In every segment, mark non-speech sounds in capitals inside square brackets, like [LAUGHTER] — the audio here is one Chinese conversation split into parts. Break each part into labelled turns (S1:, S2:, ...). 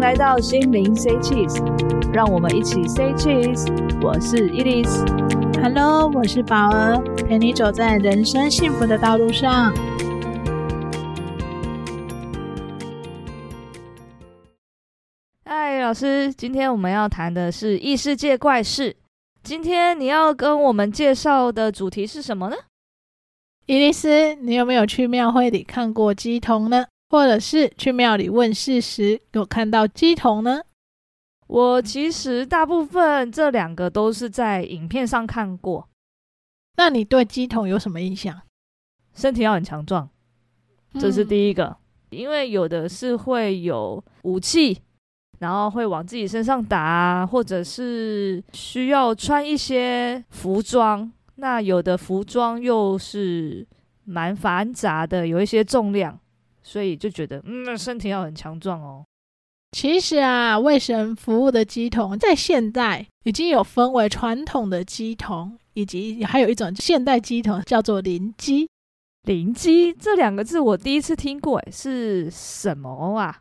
S1: 来到心灵 Say Cheese，让我们一起 Say Cheese。我是伊丽丝，
S2: Hello，我是宝儿，陪你走在人生幸福的道路上。
S1: 嗨，老师，今天我们要谈的是异世界怪事。今天你要跟我们介绍的主题是什么呢？
S2: 伊丽丝，你有没有去庙会里看过鸡童呢？或者是去庙里问事时有看到鸡童呢？
S1: 我其实大部分这两个都是在影片上看过，
S2: 那你对鸡童有什么印象？
S1: 身体要很强壮，嗯这是
S2: 一。
S1: 第一个，因为有的是会有武器，然后会往自己身上打啊，或者是需要穿一些服装。那有的服装又是蛮繁杂的，有一些重量，所以就觉得嗯，那身体要很强壮哦。
S2: 其实啊，为神服务的鸡童在现代已经有分为传统的鸡童，以及还有一种现代鸡童叫做灵鸡。
S1: 灵机这两个字我第一次听过，诶，是什么啊？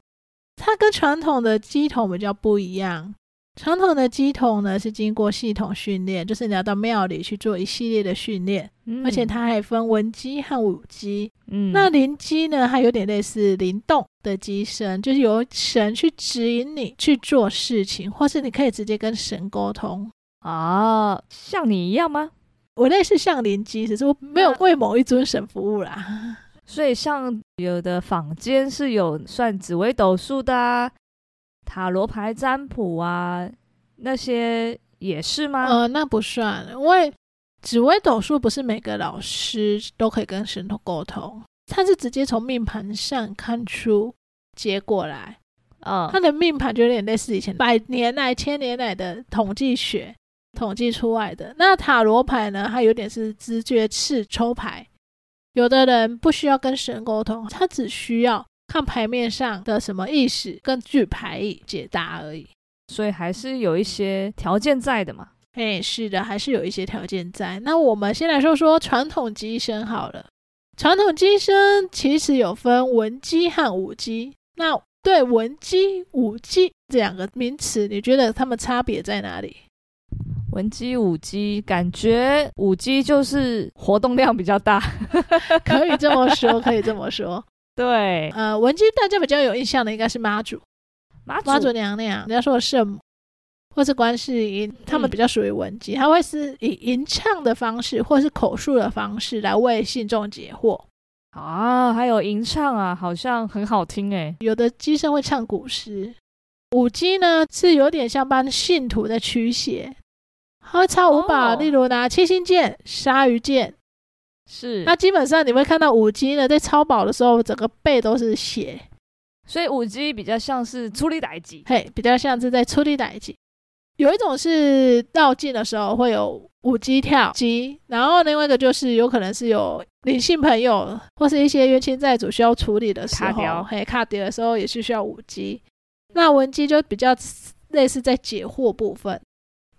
S2: 它跟传统的鸡桶比较不一样。传统的鸡桶呢是经过系统训练，就是你要到庙里去做一系列的训练，
S1: 嗯
S2: 而且它还分文鸡和武鸡。
S1: 嗯
S2: 那灵鸡呢，它有点类似灵动的鸡神，就是由神去指引你去做事情，或是你可以直接跟神沟通。
S1: 啊，像你一样吗？
S2: 我类似像灵鸡，只是我没有为某一尊神服务 [LAUGHS] 啦。
S1: 所以像有的坊间是有算紫微斗数的啊，塔罗牌占卜啊，那些也是吗？
S2: 呃，那不算，因为紫微斗数不是每个老师都可以跟神童沟通，他是直接从命盘上看出结果来。
S1: 嗯
S2: 他的命盘就有点类似以前百年来、千年来的统计学统计出来的。那塔罗牌呢，它有点是直觉式抽牌。有的人不需要跟神沟通，他只需要看牌面上的什么意思，根据牌意解答而已。
S1: 所以还是有一些条件在的嘛。
S2: 哎，是的，还是有一些条件在。那我们先来说说传统机身好了。传统机身其实有分文机和武机。那对文机、武机这两个名词，你觉得它们差别在哪里？
S1: 文姬、武姬，感觉武姬就是活动量比较
S2: [LAUGHS]
S1: 大。
S2: 可以这么说，可以这
S1: [LAUGHS]
S2: 么说。
S1: 对，
S2: 呃，文机大家比较有印象的应该是妈祖、
S1: 妈祖
S2: 妈祖娘娘，人家说的圣母，或是观世音，他们
S1: 嗯
S2: 比较属于文机，他会是以吟唱的方式或是口述的方式来为信众解惑。
S1: 啊，还有吟唱啊，好像很好听哎诶。
S2: 有的机身会唱古诗。舞姬呢是有点像帮信徒在驱邪，他会操五宝，
S1: 哦
S2: 例如拿七星剑、鲨鱼剑。
S1: 是，
S2: 那基本上你会看到舞姬呢在操宝的时候，整个背都是血，
S1: 所以武姬比较像是出力打击。
S2: 嘿，比较像是在出力打击。有一种是绕境的时候会有舞姬跳鸡，然后另外一个就是有可能是有灵性朋友或是一些冤亲债主需要处理的时
S1: 卡掉
S2: 候，嘿，卡掉的时候也是需要舞姬。那文姬就比较类似在解惑部分，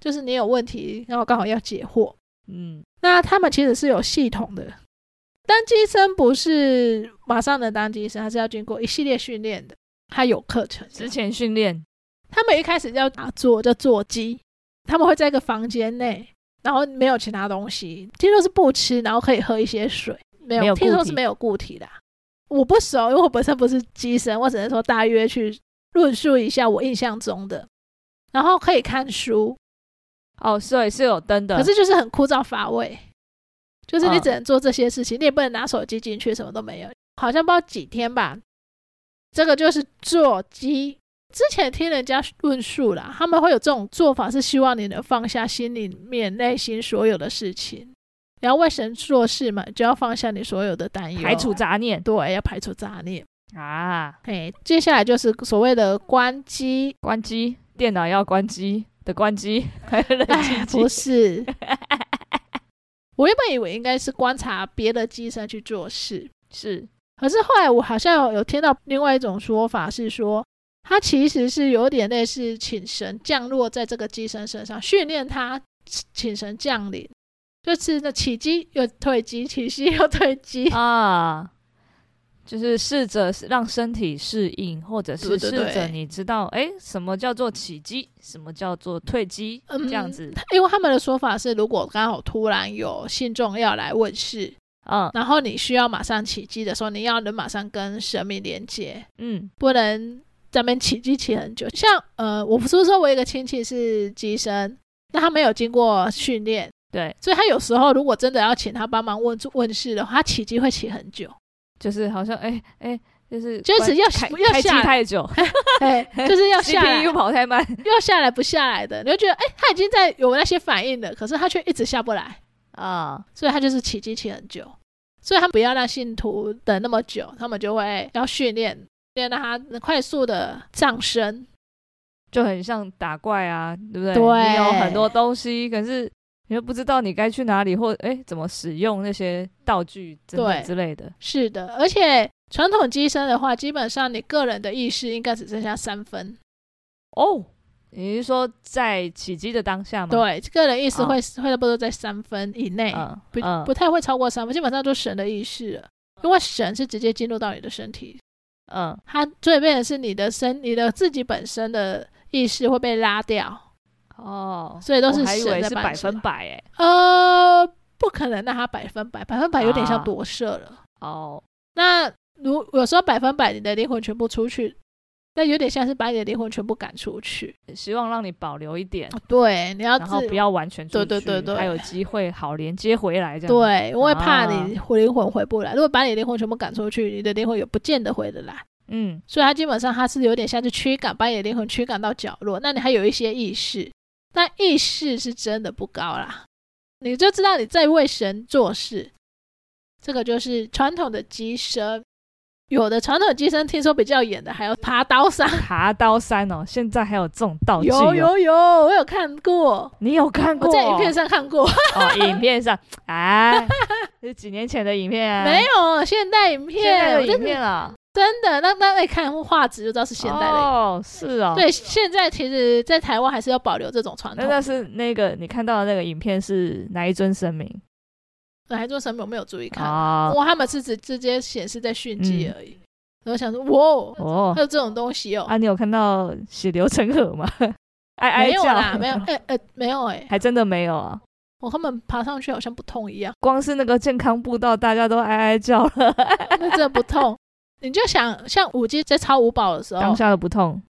S2: 就是你有问题，然后刚好要解惑。
S1: 嗯，
S2: 那他们其实是有系统的，当机生不是马上能当机生，他是要经过一系列训练的，他有课程的。
S1: 之前训练
S2: 他们一开始叫打坐，叫坐鸡，他们会在一个房间内，然后没有其他东西，听说是不吃，然后可以喝一些水，没有，
S1: 没有固体
S2: 听说是没有固体的啊。我不熟，因为我本身不是机身，我只能说大约去论述一下我印象中的。然后可以看书，
S1: 哦，所以是有灯的。
S2: 可是就是很枯燥乏味，就是你
S1: 嗯
S2: 只能做这些事情，你也不能拿手机进去，什么都没有。好像不知道几天吧，这个就是座机。之前听人家论述啦，他们会有这种做法，是希望你能放下心里面内心所有的事情。你要为神做事嘛，就要放下你所有的担忧，
S1: 排除杂念
S2: 对，要排除杂念。
S1: 啊，
S2: 嘿，接下来就是所谓的关机，
S1: 关机，电脑要关机的关机， [LAUGHS] 还有冷
S2: 哎，
S1: 静机，
S2: 不是，我原本以为应该是观察别的机身去做事，
S1: 是
S2: 可是后来我好像有有听到另外一种说法是说，它其实是有点类似请神降落在这个机身身上，训练它请神降临，
S1: 哦
S2: 就是那起机又退机，起机又退机，
S1: 啊，就是试着让身体适应，或者是
S2: 对
S1: 试
S2: 对对
S1: 着你知道，哎、什么叫做起机，什么叫做退机，
S2: 嗯
S1: 这样子，
S2: 因为他们的说法是，如果刚好突然有信众要来问世，
S1: 嗯
S2: 然后你需要马上起机的时候，你要能马上跟神明连接，
S1: 嗯
S2: 不能在那边起机起很久。像呃，我不是说我有一个亲戚是机身，那他没有经过训练，
S1: 对，
S2: 所以他有时候如果真的要请他帮忙问问事的话，他起机会起很久，
S1: 就是好像哎哎、就是
S2: 就是
S1: 关
S2: 要
S1: 开
S2: 要
S1: 开机
S2: 下来
S1: 太久
S2: 哎，就是要下来
S1: ，CPU 跑太慢
S2: 要下来不下来的，你就觉得哎，他已经在有那些反应了，可是他却一直下不来。
S1: 啊、
S2: 所以他就是起机起很久，所以他们不要让信徒等那么久，他们就会要训练，训练让他能快速的上升。
S1: 就很像打怪啊，对不对？
S2: 对
S1: 你有很多东西，可是你又不知道你该去哪里，或哎、怎么使用那些道具等
S2: 对
S1: 等之类的。
S2: 是的，而且传统机身的话，基本上你个人的意识应该只剩下三分，
S1: 哦，你是说在起机的当下吗？，
S2: 对，个人意识
S1: 哦
S2: 会、会差不多在三分以内，
S1: 嗯
S2: 不、
S1: 嗯
S2: 不太会超过三分，基本上都是神的意识了。因为神是直接进入到你的身体，
S1: 嗯，
S2: 它最变的是你的身，你的自己本身的意识会被拉掉，
S1: 哦，
S2: 所以都是
S1: 我还以
S2: 神
S1: 为
S2: 在
S1: 是
S2: 帮
S1: 百
S2: 你
S1: 分百哎、
S2: 呃，不可能让他百分百，百分百有点像
S1: 啊
S2: 夺舍了。
S1: 哦，
S2: 那如有时候百分百你的灵魂全部出去，那有点像是把你的灵魂全部赶出去。
S1: 希望让你保留一点，
S2: 对，你要
S1: 然后
S2: 自
S1: 不要完全出去，
S2: 啊对对对对
S1: 还有机会好连接回来这样。，
S2: 对，因为怕
S1: 啊
S2: 你回灵魂回不来。如果把你的灵魂全部赶出去，你的灵魂也不见得回得来。
S1: 嗯
S2: 所以它基本上它是有点像是驱赶，把你的灵魂驱赶到角落。那你还有一些意识，但意识是真的不高啦，你就知道你在为神做事。这个就是传统的机身，有的传统机身听说比较远的还要爬刀山，
S1: 爬刀山哦，现在还有这种道具、
S2: 有
S1: 哦，
S2: 有有，我有看过，
S1: 你有看过
S2: 我
S1: 哦？
S2: 在影片上看过， [LAUGHS]
S1: 哦，影片上，哎，是几年前的影片啊，
S2: 没有现代影
S1: 现在的
S2: 片，我真
S1: 影
S2: 的
S1: 片了，
S2: 真的，那那那看画质就知道是现代的。
S1: 哦，是哦，，
S2: 对，现在其实，在台湾还是要保留这种传
S1: 那
S2: 统。
S1: 那是那个你看到的那个影片是哪一尊神明
S2: 来做神明，我没有注意看。
S1: 啊？嗯
S2: 哇，他们是直直接显示在炫技而已。然后想说，哇，
S1: 哦
S2: 还，有这种东西哦？
S1: 啊，你有看到血流成河吗？ [LAUGHS] 哀哀
S2: 没有啦，
S1: 叫，
S2: 没有，哎、哎、没有
S1: [LAUGHS]
S2: 哎、
S1: 还真的没有啊。
S2: 我他们爬上去好像不痛一样， [LAUGHS]
S1: 光是那个健康步道，大家都哀哀叫了，
S2: 那真的不痛。你就想像五 G 在超五宝的时候，
S1: 当下的不痛。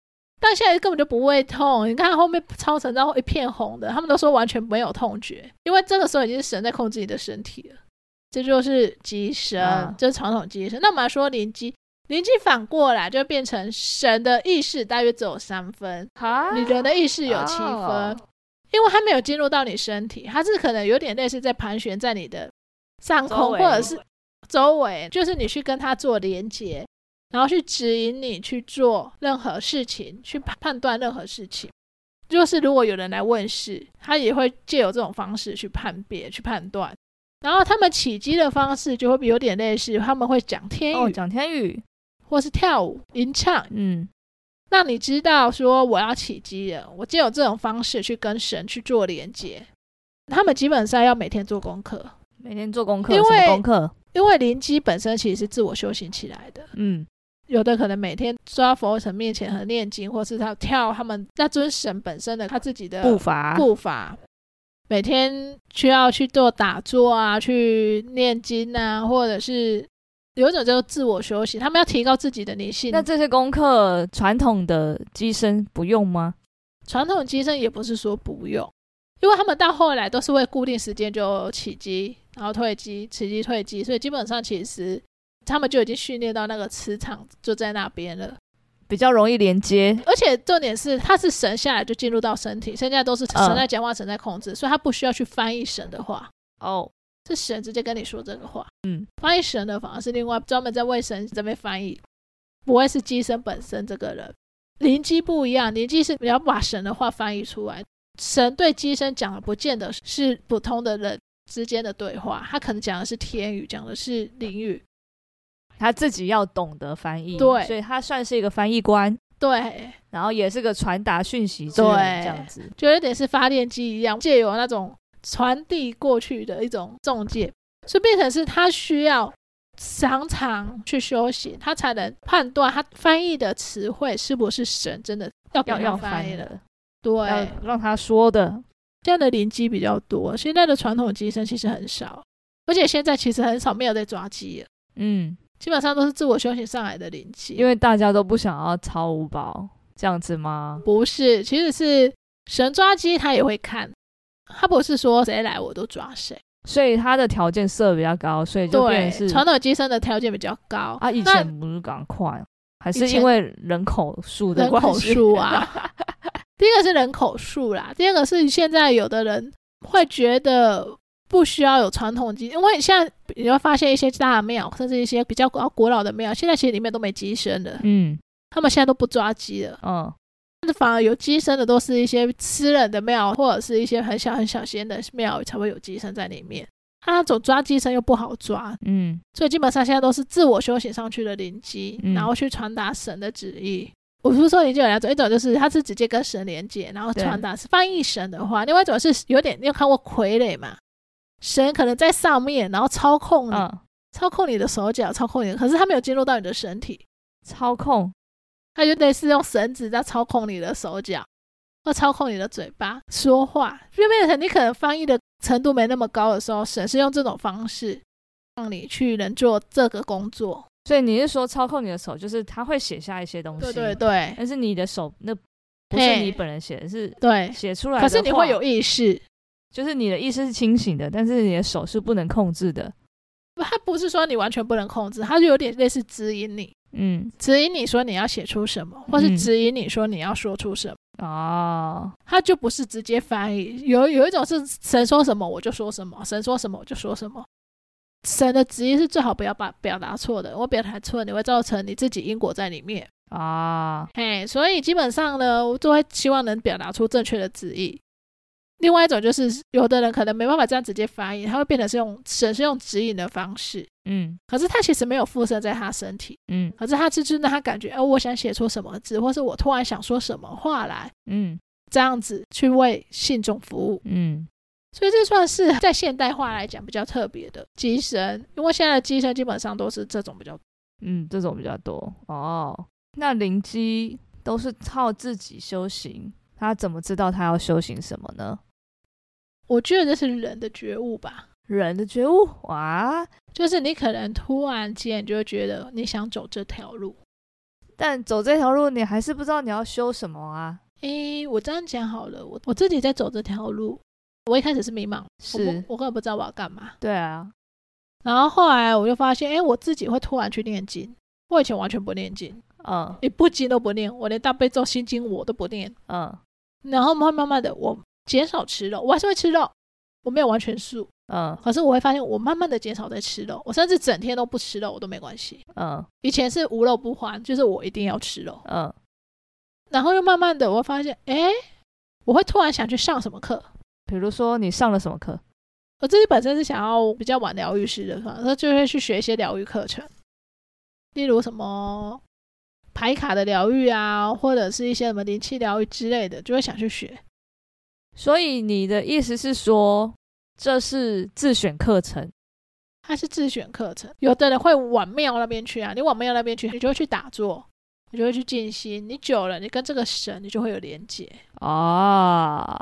S2: 但现在根本就不会痛。你看后面超成然后一片红的，他们都说完全没有痛觉，因为这个时候已经是神在控制你的身体了。这就是机神，
S1: 啊
S2: 这是传统机神。那我们来说灵机，灵机反过来就变成神的意识大约只有三分，
S1: 啊
S2: 你人的意识有七分，
S1: 哦
S2: 因为它没有进入到你身体，它是可能有点类似在盘旋在你的上
S1: 周
S2: 空
S1: 围
S2: 或者是周围，就是你去跟它做连接，然后去指引你去做任何事情，去判判断任何事情。就是如果有人来问事，他也会借由这种方式去判别、去判断。然后他们起机的方式就会有点类似，他们会讲天
S1: 哦，
S2: 语，
S1: 蒋天宇，
S2: 或是跳舞、吟唱，
S1: 嗯，
S2: 让你知道说我要起机了，我就有这种方式去跟神去做连接。他们基本上要每天做功课，
S1: 每天做功课，
S2: 因
S1: 什么
S2: 为
S1: 功课？
S2: 因为灵机本身其实是自我修行起来的。
S1: 嗯，
S2: 有的可能每天坐到佛神面前很念经，或是他跳他们那尊神本身的他自己的
S1: 步伐，
S2: 步伐，每天需要去做打坐啊，去念经啊，或者是有一种叫做自我修行，他们要提高自己的灵性。
S1: 那这些功课，传统的机身不用吗？
S2: 传统机身也不是说不用，因为他们到后来都是会固定时间就起机，然后退机，起机退机，所以基本上其实他们就已经训练到那个磁场就在那边了。
S1: 比较容易连接
S2: 而且重点是，他是神下来就进入到身体，现在都是神在讲话，神在控制，所以他不需要去翻译神的话，
S1: 哦。
S2: 是神直接跟你说这个话。
S1: 嗯，
S2: 翻译神的反而是另外专门在为神这边翻译，不会是机神本身这个人。灵机不一样，灵机是你要把神的话翻译出来。神对机身讲的，不见得是普通的人之间的对话，他可能讲的是天语，讲的是灵语。
S1: 他自己要懂得翻译，
S2: 对
S1: 所以他算是一个翻译官，
S2: 对，
S1: 然后也是个传达讯息之
S2: 对
S1: 人，这样子。
S2: 就有点是发电机一样，借由那种传递过去的一种中介，所以变成是他需要常常去修行，他才能判断他翻译的词汇是不是神真的要给
S1: 要
S2: 他
S1: 要
S2: 翻
S1: 翻
S2: 译了。
S1: 的，
S2: 对，
S1: 要让他说的，
S2: 现在的灵机比较多，现在的传统机身其实很少，而且现在其实很少没有在抓机了，
S1: 嗯，
S2: 基本上都是自我修行上来的灵机。
S1: 因为大家都不想要超五宝这样子吗？
S2: 不是，其实是神抓机他也会看，他不是说谁来我都抓谁。
S1: 所以他的条件设比较高，所以就变
S2: 对，
S1: 成是
S2: 传统机身的条件比较高
S1: 啊，以
S2: 那
S1: 前不是赶快，还
S2: 以
S1: 是
S2: 前
S1: 因为人口数的
S2: 人
S1: 关
S2: 口
S1: 系？
S2: 数啊。第一个是人口数啦，第二个是现在有的人会觉得不需要有传统机，因为现在你会发现一些大庙，甚至一些比较古古老的庙，现在其实里面都没机身的，
S1: [LAUGHS] 嗯
S2: 他们现在都不抓鸡了，
S1: 嗯，
S2: 但是反而有机身的都是一些私人的庙，或者是一些很小很小间的庙才会有机身在里面。他那种抓机身又不好抓，
S1: 嗯，
S2: 所以基本上现在都是自我修行上去的灵机，
S1: 嗯
S2: 然后去传达神的旨意。我不是说灵机有两种，一种就是它是直接跟神连接，然后
S1: 对
S2: 传达是翻译神的话；，另外一种是有点，你有看过傀儡嘛？神可能在上面，然后操控你，
S1: 嗯，
S2: 操控你的手脚，操控你的，可是他没有进入到你的身体，
S1: 操控，
S2: 他就类似用绳子在操控你的手脚，或操控你的嘴巴说话，就变成你可能翻译的程度没那么高的时候，神是用这种方式让你去能做这个工作。
S1: 所以你是说操控你的手，就是他会写下一些东西，
S2: 对对，对
S1: 但是你的手那不
S2: 嘿
S1: 是你本人写的，是
S2: 对，
S1: 写哎出来的
S2: 可
S1: 话，
S2: 是你会有意识，
S1: 就是你的意识是清醒的，但是你的手是不能控制的。
S2: 它不是说你完全不能控制，它就有点类似指引你，
S1: 嗯
S2: 指引你说你要写出什么，或是
S1: 嗯
S2: 指引你说你要说出什么。
S1: 哦，
S2: 它就不是直接翻译，有有一种是神说什么我就说什么，神说什么我就说什么。神的旨意是最好不要把表达错的，我表达错你会造成你自己因果在里面。
S1: 啊，
S2: 嘿，所以基本上呢，我都会希望能表达出正确的旨意。另外一种就是，有的人可能没办法这样直接翻译，他会变成是用神是用指引的方式，
S1: 嗯
S2: 可是他其实没有附身在他身体，
S1: 嗯
S2: 可是他只是让他感觉，哦，我想写出什么字，或是我突然想说什么话来，
S1: 嗯
S2: 这样子去为信众服务。
S1: 嗯，
S2: 所以这算是在现代化来讲比较特别的机身，因为现在的机身基本上都是这种比较
S1: 嗯，这种比较多哦。那灵机都是靠自己修行，他怎么知道他要修行什么呢？
S2: 我觉得这是人的觉悟吧，
S1: 人的觉悟哇！
S2: 就是你可能突然间就会觉得你想走这条路。
S1: 但走这条路，你还是不知道你要修什么啊？
S2: 诶，我这样讲好了，我我自己在走这条路，我一开始是迷茫，我
S1: 是
S2: 不我根本不知道我要干嘛。
S1: 对啊，
S2: 然后后来我就发现，诶，我自己会突然去念经。我以前完全不念经，
S1: 嗯
S2: 一部经都不念，我连大悲咒、心经我都不念。
S1: 嗯
S2: 然后慢慢慢的，我减少吃肉，我还是会吃肉，我没有完全素，
S1: 嗯
S2: 可是我会发现，我慢慢的减少在吃肉，我甚至整天都不吃肉，我都没关系。
S1: 嗯
S2: 以前是无肉不欢，就是我一定要吃肉。
S1: 嗯
S2: 然后又慢慢的，我会发现，哎，我会突然想去上什么课。
S1: 比如说你上了什么课？
S2: 我自己本身是想要比较玩疗愈师的，然后就会去学一些疗愈课程，例如什么牌卡的疗愈啊，或者是一些什么灵气疗愈之类的，就会想去学。
S1: 所以你的意思是说，这是自选课程？
S2: 它是自选课程，有的人会往庙那边去啊，你往庙那边去，你就会去打坐，你就会去静心，你久了，你跟这个神你就会有连接。
S1: 啊，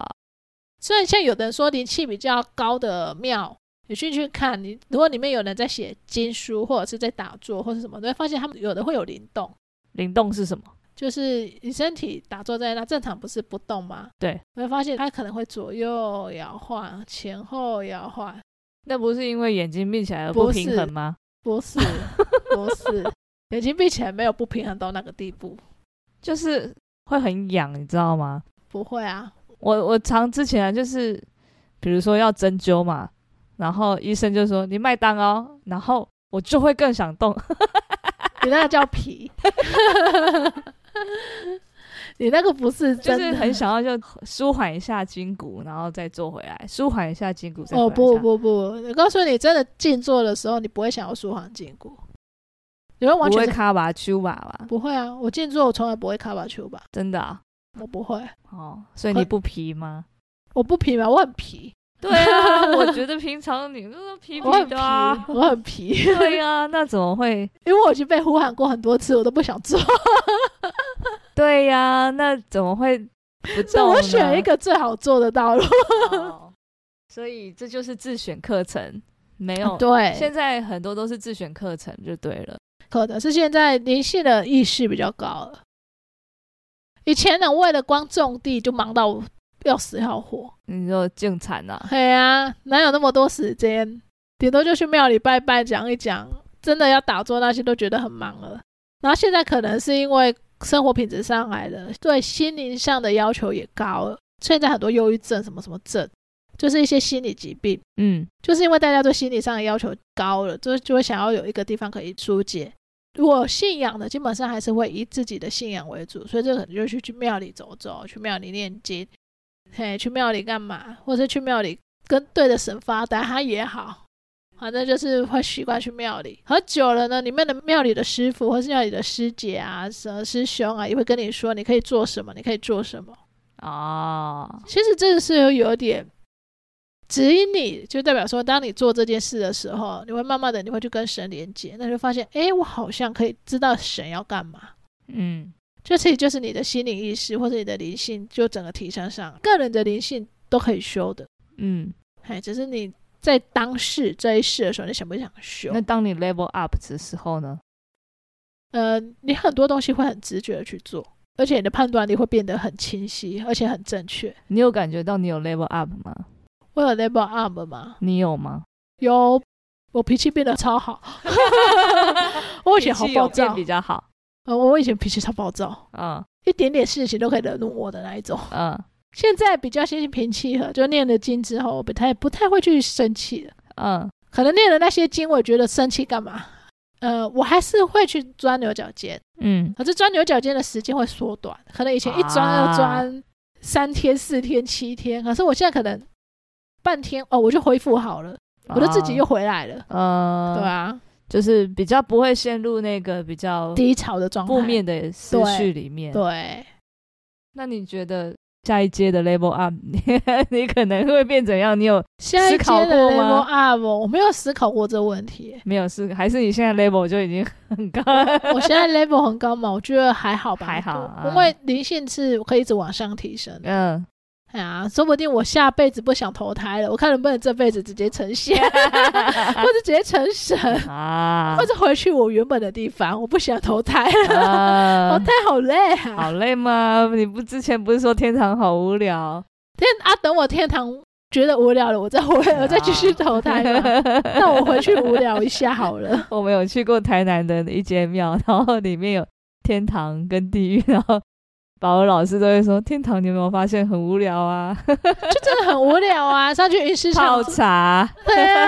S2: 虽然像有的人说灵气比较高的庙，你进去看，你如果里面有人在写经书或者是在打坐或者什么，你会发现他们有的会有灵动，
S1: 灵动是什么？
S2: 就是你身体打坐在那，正常不是不动吗？
S1: 对，
S2: 你会发现它可能会左右摇晃，前后摇晃，
S1: 那不是因为眼睛闭起来而
S2: 不
S1: 不平
S2: 是
S1: 衡吗？
S2: 不是不是，眼睛闭起来没有不平衡到那个地步，
S1: 就是会很痒，你知道吗？
S2: 不会啊，
S1: 我我常之前啊就是，比如说要针灸嘛，然后医生就说你麦当哦，然后我就会更想动。
S2: 你那个叫
S1: [LAUGHS]
S2: 皮，你那个不是
S1: 就
S2: 真的，
S1: 是很想要就舒缓一下筋骨，然后再做回来，舒缓一下筋骨再
S2: 哦
S1: 回来
S2: 不
S1: 这样，
S2: 不不，我告诉你，真的静坐的时候，你不会想要舒缓筋骨，你会完
S1: 不会
S2: 全是
S1: 卡吧、丘吧吧，
S2: 不会啊！我静坐，我从来不会卡把球吧，
S1: 真的啊、
S2: 我不会，
S1: 哦，所以你不皮吗？
S2: 我不皮嘛，我很皮，
S1: [LAUGHS] 对啊，我觉得平常你就是皮
S2: 我很
S1: 皮
S2: 皮
S1: 的啊，， [LAUGHS]
S2: 我很皮，
S1: 对啊，那怎么会？
S2: 因为我已经被呼喊过很多次，我都不
S1: [LAUGHS]
S2: 想做，
S1: 对呀、那怎么会不
S2: 所以
S1: 动呢？
S2: 我选一个最好做的道路。
S1: 哦，所以这就是自选课程，没 [LAUGHS] 有。
S2: [LAUGHS] 对，
S1: 现在很多都是自选课程就对了。
S2: 可能是现在灵性的意识比较高了。以前呢，为了光种地就忙到要死要活，
S1: 你说净产啊呐，
S2: 嘿呀、哪有那么多时间？顶多就去庙里拜拜，讲一讲，真的要打坐那些都觉得很忙了。然后现在可能是因为生活品质上来了，对心灵上的要求也高了，现在很多忧郁症什么什么症，就是一些心理疾病，
S1: 嗯，
S2: 就是因为大家对心理上的要求高了，就就会想要有一个地方可以疏解。如果信仰的，基本上还是会以自己的信仰为主，所以这可能就去去庙里走走，去庙里念经，嘿，去庙里干嘛，或是去庙里跟对的神发呆，他也好，反正就是会习惯去庙里。喝久了呢，里面的庙里的师傅或是庙里的师姐啊、什么师兄啊，也会跟你说你可以做什么，你可以做什么。
S1: 哦，
S2: 其实这是有有点指引你，就代表说，当你做这件事的时候，你会慢慢的你会去跟神连接，那你就发现，诶，我好像可以知道神要干嘛。
S1: 嗯，
S2: 这其实就是你的心灵意识或者你的灵性，就整个提升上来，个人的灵性都可以修的。
S1: 嗯，
S2: 哎，只是你在当世这一世的时候，你想不想修
S1: 那？当你 level up 的时候呢？
S2: 呃，你很多东西会很直觉的去做，而且你的判断力会变得很清晰，而且很正确。
S1: 你有感觉到你有 level up 吗？
S2: 我有 level up 吗？
S1: 你有吗？
S2: 有，我脾气变得
S1: [LAUGHS]
S2: 超好。我以前好
S1: 脾气有
S2: 暴躁
S1: 变，比较好。
S2: 呃，我以前脾气超暴躁，
S1: 嗯
S2: 一点点事情都可以惹怒我的那一种。
S1: 嗯
S2: 现在比较心平气和，就念了经之后，我不太不太会去生气了。
S1: 嗯
S2: 可能念了那些经，我觉得生气干嘛？呃，我还是会去钻牛角尖，
S1: 嗯，
S2: 可是钻牛角尖的时间会缩短，可能以前一钻要
S1: 啊
S2: 钻三天、四天、七天，可是我现在可能半天哦，我就恢复好了，我就自己又回来了，
S1: 啊
S2: 对
S1: 呃，
S2: 啊，
S1: 就是比较不会陷入那个比较
S2: 低潮的状态，
S1: 负面的思绪里面。
S2: 对，
S1: 那你觉得下一阶的 level up，你 [LAUGHS] 你可能会变怎样？你有
S2: 下一阶
S1: 考
S2: 的
S1: 过
S2: level
S1: 吗，
S2: up，我没有思考过这个问题
S1: [LAUGHS] 没有是还是你现在 level 就已经很高？
S2: 我现在 level 很高嘛，我觉得还好吧，
S1: 还好啊
S2: 因为灵性是可以一直往上提升的。
S1: 嗯，
S2: [LAUGHS] 哎呀，说不定我下辈子不想投胎了，我看能不能这辈子直接成
S1: [LAUGHS]
S2: 仙，或者直接成神，
S1: 啊 [LAUGHS]
S2: 或，者回去我原本的地方，我不想投胎了，投
S1: 啊
S2: 胎好累啊！
S1: [LAUGHS] 好累吗？你不之前不是说天堂好无聊？
S2: 天啊，等我天堂觉得无聊了，我再回， [LAUGHS]
S1: 啊
S2: 我再继续投胎吧。
S1: [LAUGHS]
S2: 那我回去无聊一下好了。
S1: 我们有去过台南的一间庙，然后里面有天堂跟地狱，然后保罗老师都会说：“天堂你有没有发现很无聊
S2: [LAUGHS]
S1: 啊？
S2: 就真的很无聊啊！上去吟
S1: [LAUGHS]
S2: 诗
S1: 泡
S2: 唱， [LAUGHS]
S1: 茶，
S2: 对啊，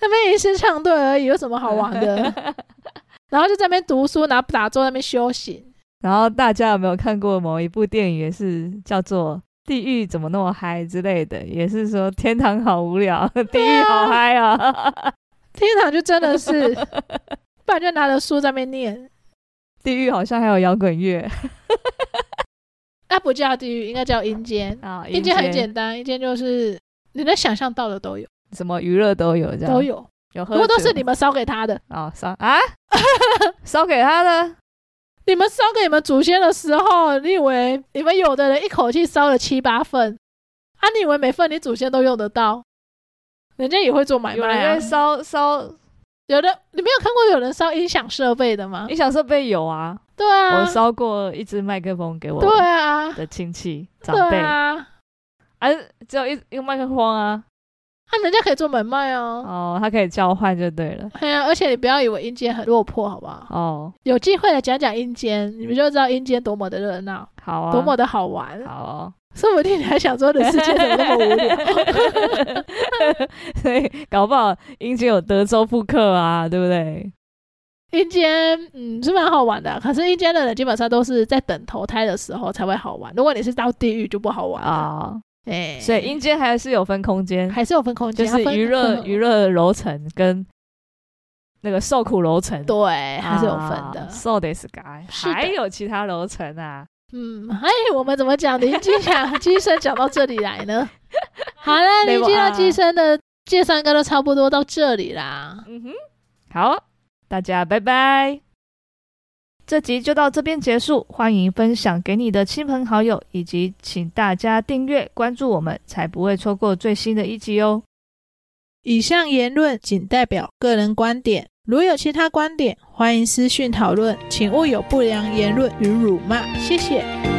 S2: 那边吟诗唱对而已，有什么好玩
S1: [LAUGHS]
S2: 的？然后就在那边读书，然后打坐那边修行。
S1: 然后大家有没有看过某一部电影，也是叫做《地狱怎么那么嗨》之类的，也是说天堂好无聊，地狱好嗨啊，
S2: 天堂就真的是，不然就拿着书在那边念，
S1: [LAUGHS] 地狱好像还有摇滚乐
S2: 那不叫地狱，应该叫阴间。
S1: 啊，
S2: 阴间很简单，阴间就是你能想象到的都有，
S1: 什么娱乐都有，这样
S2: 都有，
S1: 有啊喝
S2: 不
S1: 酒，
S2: 过都是你们烧给他的。
S1: 哦烧啊 [LAUGHS] 烧给他的，
S2: 你们烧给你们祖先的时候，你以为你们有的人一口气烧了七八份，啊，你以为每份你祖先都用得到？人家也会做买
S1: 有人
S2: 卖啊
S1: 在。烧烧
S2: 有的你没有看过有人烧音响设备的吗？
S1: 音响设备有啊，
S2: 对啊，
S1: 我烧过一支麦克风给我
S2: 对啊，
S1: 的亲戚长
S2: 对
S1: 辈，
S2: 啊，
S1: 啊只有一一个麦克风啊，
S2: 啊，人家可以做买卖哦。
S1: 哦，它可以交换就对了，
S2: 哎呀、而且你不要以为阴间很落魄，好不好？
S1: 哦，
S2: 有机会来讲讲阴间，你们就知道阴间多么的热闹，
S1: 好啊，
S2: 多么的好玩。
S1: 好哦。
S2: 说不定你还想说人世界怎么那么无聊？
S1: [LAUGHS] 所以搞不好英杰有德州扑克啊，对不对？
S2: 阴间，嗯，是蛮好玩的。可是阴间的人基本上都是在等投胎的时候才会好玩。如果你是到地狱，就不好玩啊。
S1: 啊，
S2: 哎、
S1: 所以阴间还是有分空间，
S2: 还是有分空
S1: 就
S2: 间，
S1: 是
S2: 它分
S1: 娱乐娱乐
S2: 乐，
S1: 楼层跟那个受苦楼层，
S2: 对，
S1: 啊，
S2: 还是有分的。
S1: So this guy，
S2: 是的
S1: 还有其他楼层啊，
S2: [LAUGHS] 嗯，哎，我们怎么讲？林经讲机身讲到这里来呢？好了，
S1: Level
S2: 你进到
S1: 二
S2: 机身的这三个都差不多到这里啦。
S1: 嗯哼，好，大家拜拜。这集就到这边结束，欢迎分享给你的亲朋好友，以及请大家订阅关注我们，才不会错过最新的一集哦。
S2: 以上言论仅代表个人观点，如有其他观点，欢迎私讯讨论，请勿有不良言论与辱骂。谢谢。